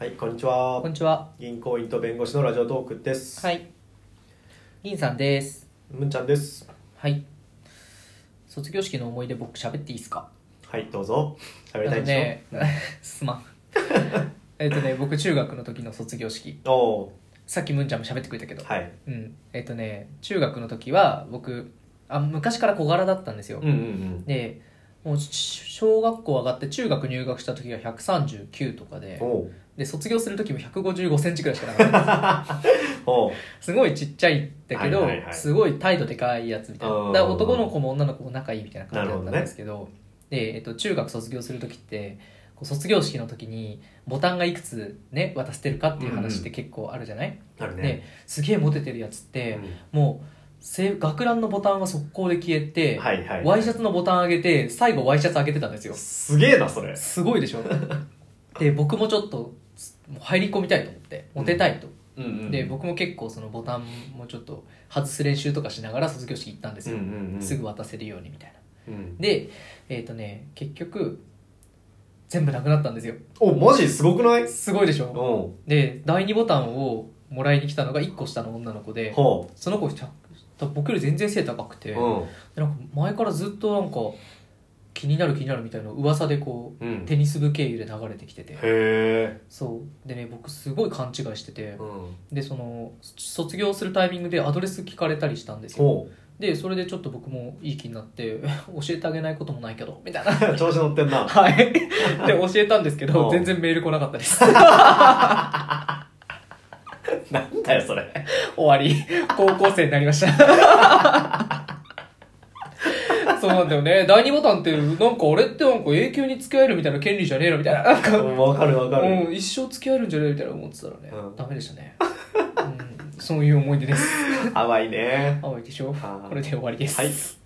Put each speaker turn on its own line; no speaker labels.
はい、こんにちは
こん。にちは。
銀行員と弁護士のラジオトークです。
はい。銀さんです。
むんちゃんです。
はい。卒業式の思い出僕喋っていいですか
はい、どうぞ。喋り
あ
たい
の
んでしょ。
ね、 すまん。えっとね、僕中学の時の卒業式。
おお
さっきむんちゃんも喋ってくれたけど
ー、。はい。
うん。えっとね、中学の時は僕、あ、昔から小柄だったんですよ
うん。うん
で、もう小学校上がって中学入学した時が139とか
うん。
で
お、おー、
で、卒業する時も155センチくらいしかなかった。
おおー、
すごいちっちゃいんだけど、
はいはいはい
すごい態度でかいやつみたいな
うん
だから男の子も女の子も仲いいみたいな感じだったんですけどで、えっと、中学卒業する時ってこう卒業式の時にボタンがいくつ、ね、渡してるかっていう話って結構あるじゃない、
なるね。
ですげえモテてるやつっ
う
て、
ん
もうせ学ランのボタンは速攻で消えて、
はいはい。
ワイシャツのボタン上げて最後ワイシャツ上げてたんですよ
すげえな、それ。
すごい でしょで僕もちょっともう入り込みたいと思ってモテたいと。
うんうん
で、僕も結構そのボタンもちょっと外す練習とかしながら卒業式行ったんです
うん
よ、
うんうん。
すぐ渡せるようにみたいな
うん。
でえっ、とね結局全部なくなったんですよ
お、マジすごくない
すごいでしょ
お
で第2ボタンをもらいに来たのが1個下の女の子
ー
で
ほ
その子ちゃ僕より全然背高くて
う。
でなんか前からずっとなんか気になる気になるみたいな噂でこ
うん。うん。
う
へ
テニス部経由で流れてきてて
え。
そうでね僕すごい勘違いしてて
うん。
でその卒業するタイミングでアドレス聞かれたりしたんですよ
お
でそれでちょっと僕もいい気になって 教えてあげないこともないけどみたいな
ー調子乗ってんな。
はいで教えたんですけ
お
ど
う
全然メール来なかったです
なんだよ、そ れ。
終わり高校生になりました そうなんだよね第2ボタンってなんかあれってなんか永久に付き合えるみたいな権利じゃねえのみたいななんか、
わかるわかる。
うん、一生付き合えるんじゃねえみたいな思ってたらね、
うん
ダメでしたね、うん、そういう思い出です
淡いね。
青いでしょ
あー
これで終わりです
はい。